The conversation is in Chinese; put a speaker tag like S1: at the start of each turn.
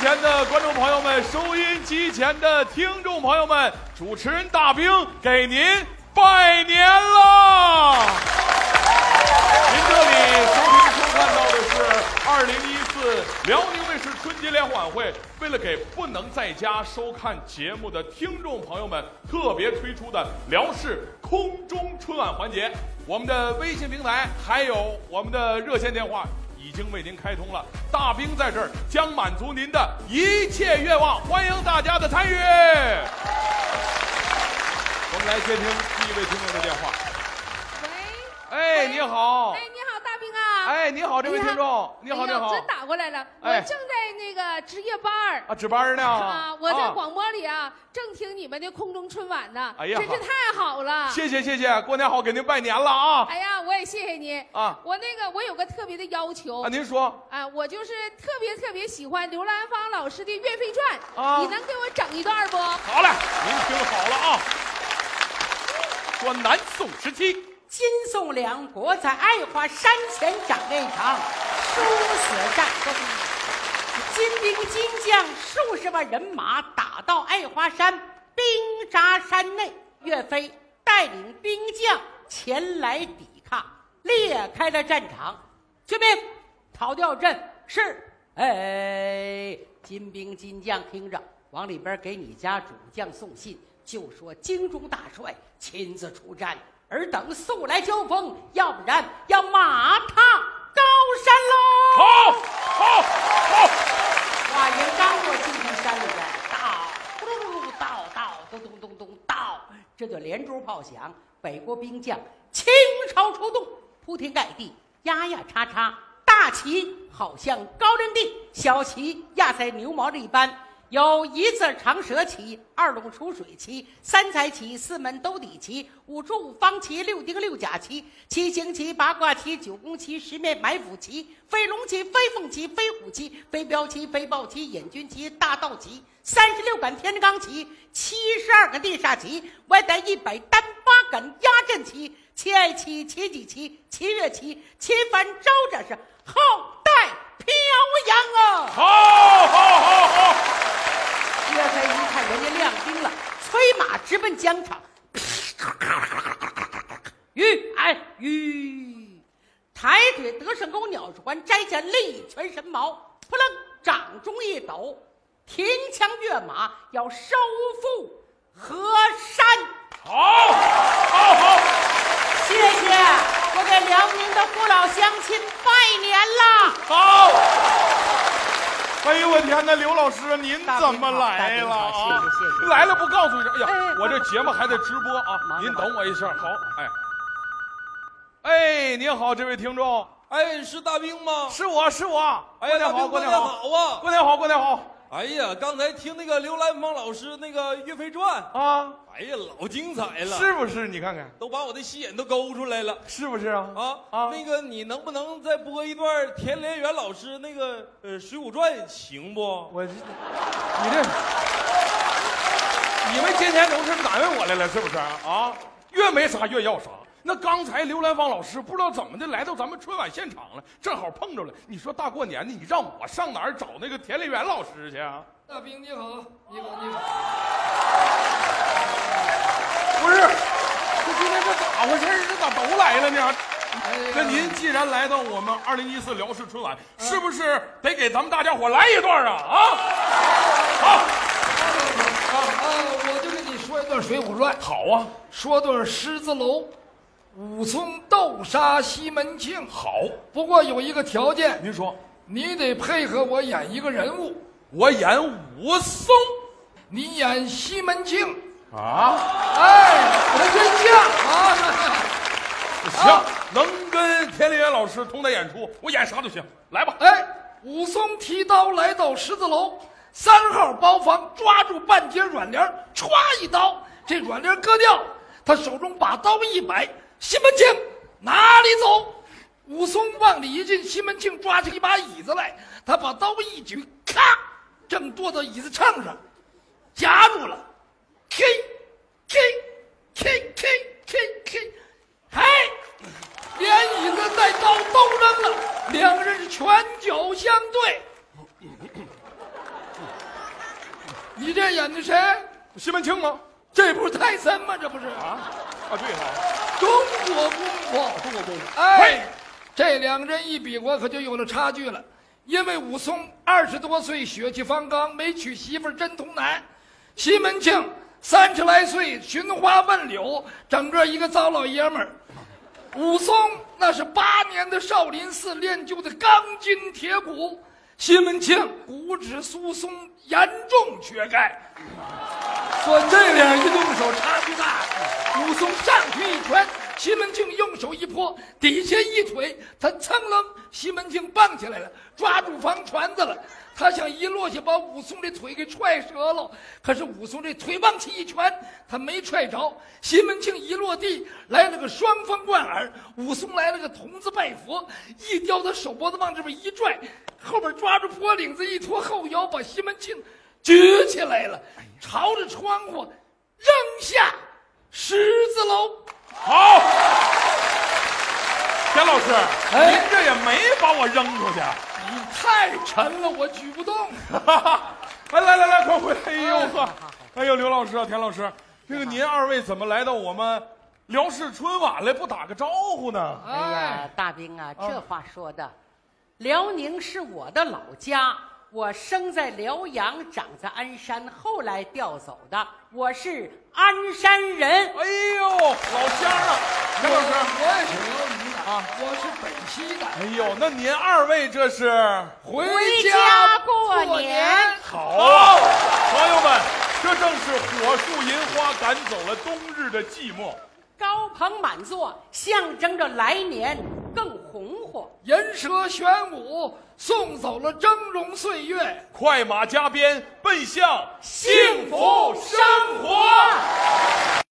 S1: 前的观众朋友们，收音机前的听众朋友们，主持人大兵给您拜年啦！您这里收听收看到的是二零一四辽宁卫视春节联欢晚会，为了给不能在家收看节目的听众朋友们，特别推出的辽视空中春晚环节。我们的微信平台还有我们的热线电话已经为您开通了，大兵在这儿将满足您的一切愿望，欢迎大家的参与。我们来接听第一位听众的电话。
S2: 喂，
S1: 哎，你好。
S2: 哎，你好，大兵啊！
S1: 哎，你好，这位听众，你好，
S2: 哎
S1: 你
S2: 呀
S1: 好，
S2: 真打过来了，
S1: 哎
S2: 我正在那个值夜班儿
S1: 啊，值班呢？
S2: 啊，我在
S1: 啊
S2: 广播里啊，正听你们的空中春晚呢，
S1: 哎呀
S2: 真是太好了。
S1: 谢谢谢谢，过年好，给您拜年了啊
S2: 哎呀，我也谢谢你。
S1: 啊
S2: 我那个我有个特别的要求
S1: 啊！。您说
S2: 啊，我就是特别特别喜欢刘兰芳老师的《岳飞传》
S1: 啊
S2: 你能给我整一段不？
S1: 好嘞，您听好了啊。说南宋时期，
S3: 金宋两国在爱华山前展了一场殊死战争。金兵金将数十万人马打到爱华山兵扎山内，岳飞带领兵将前来抵抗，裂开了战场。军兵逃掉阵是，哎，金兵金将听着，往里边给你家主将送信，就说京中大帅亲自出战，尔等速来交锋，要不然要马踏高山喽。
S1: 好，好，好，
S3: 话音刚过进城山里边，到，咕噜噜噜，到到，咚咚咚咚，到，这就连珠炮响，北国兵将倾巢出动，铺天盖地，压压叉叉，大旗好像高粱地，小旗压在牛毛里般。有一字长蛇旗，二龙出水旗，三才旗，四门兜底旗，五柱五方旗，六丁六甲旗，七星旗，八卦旗，九宫旗，十面埋伏旗，飞龙旗，飞凤旗，飞虎旗，飞镖旗，飞豹旗，引军旗，大道旗，三十六杆天罡旗，七十二个地煞旗，外带一百单八杆压阵旗，七爱旗，七几旗，七月旗，七番招展是后代飘扬啊！
S1: 好，好，好，好。
S3: 岳飞一看人家亮兵了，催马直奔疆场。 吁哎吁，抬腿得胜钩鸟环，摘下利拳神矛，扑棱掌中一抖，挺枪跃马，要收复河山。
S1: 好，好，好，
S3: 谢谢，我给辽宁的父老乡亲拜年啦！
S1: 好。哎呦我天哪，刘老师您怎么来了
S3: 大
S1: 啊
S3: 兵好大兵好谢谢谢？谢
S1: 来了不告诉一声，哎呀
S3: 哎，
S1: 我这节目还在直播
S2: 哎
S1: 啊，
S3: 忙着
S1: 您
S3: 忙着
S1: 等我一下，好，哎，哎，您好，这位听众，
S4: 哎，是大兵吗？
S1: 是我是我，
S4: 哎
S1: 过
S4: 呀，
S1: 年
S4: 大
S1: 好，
S4: 兵
S1: 过
S4: 过
S1: 年
S4: 年
S1: 好，
S4: 好啊！
S1: 过年好，过年好
S4: 哎呀，刚才听那个刘兰芳老师那个《岳飞传》，
S1: 啊！
S4: 哎呀，老精彩了，
S1: 是不是？你看看，
S4: 都把我的心眼都勾出来了
S1: 是不是啊？
S4: 啊
S1: 啊
S4: 那个，你能不能再播一段田连元老师那个呃《水浒传》行不？
S1: 我这，你这，你们今天都是难为我来了，是不是啊？越没啥越要啥。那刚才刘兰芳老师不知道怎么的来到咱们春晚现场了，正好碰着了。你说大过年的，你让我上哪儿找那个田连元老师去啊？
S5: 大兵你好，你好，你好。
S1: 不是，这今天这咋回事儿？这咋都来了呢？那您既然来到我们二零一四辽视春晚，
S5: 嗯
S1: 是不是得给咱们大家伙来一段啊？啊，好，
S5: 啊啊，我就给你说一段《水浒传》，
S1: 好啊，
S5: 说段狮子楼，武松斗杀西门庆。
S1: 好，
S5: 不过有一个条件，
S1: 您说。
S5: 你得配合我演一个人物，
S1: 我演武松
S5: 你演西门庆。
S1: 啊，
S5: 哎，我还真像
S1: 行，
S5: 啊！
S1: 能跟田连元老师同台演出，我演啥都行，来吧。
S5: 哎，武松提刀来到狮子楼，三号包房抓住半截软帘儿，歘一刀，这软帘儿割掉，他手中把刀一摆，西门庆哪里走？武松往里一进，西门庆抓起一把椅子来，他把刀一举，咔，正剁到椅子秤上，夹住了，嘿，嘿，嘿，嘿，嘿，嘿，嘿，连椅子带刀都扔了，两个人是拳脚相对。你这演的谁？
S1: 西门庆吗？
S5: 这不是泰森吗？这不是
S1: 啊啊，对哈，
S5: 中国功夫。
S1: 中国功夫。
S5: 哎，这两个人一比划，可就有了差距了。因为武松二十多岁血气方刚，没娶媳妇儿真童男；西门庆三十来岁寻花问柳，整个一个糟老爷们儿。武松那是八年的少林寺练就的钢筋铁骨，西门庆骨质疏松严重缺钙，所以这俩人一动手差距大。武松上去一拳，西门庆用手一泼，底下一腿，他噌楞，西门庆蹦起来了，抓住房船子了。他想一落下把武松这腿给踹折了，可是武松这腿往起一拳，他没踹着。西门庆一落地，来了个双风贯耳，武松来了个童子拜佛，一叼他手脖子往这边一拽，后边抓住脖领子一拖后腰，把西门庆举起来了，朝着窗户扔下十字楼。
S1: 好，田老师，
S5: 哎
S1: 您这也没把我扔出去。
S5: 你太沉了，我举不动。
S1: 哈哈， 来来来来，快回来！哎呦呵，哎呦，刘老师啊，田老师，这个您二位怎么来到我们辽视春晚来不打个招呼呢？
S3: 哎
S5: 哎
S3: 呀，，大兵啊，这话说的，辽宁是我的老家，我生在辽阳，长在鞍山，后来调走的，我是鞍山人。
S1: 哎呦，老乡啊，田老
S5: 我
S1: 师，
S5: 也是辽宁的啊，我是北西的。
S1: 哎呦，那您二位这是
S5: 回
S2: 家过
S5: 过
S2: 年
S1: 好，朋友们，这正是火树银花赶走了冬日的寂寞。
S3: 高朋满座，象征着来年更红火。
S5: 银蛇玄武送走了峥嵘岁月。
S1: 快马加鞭奔向
S5: 幸福生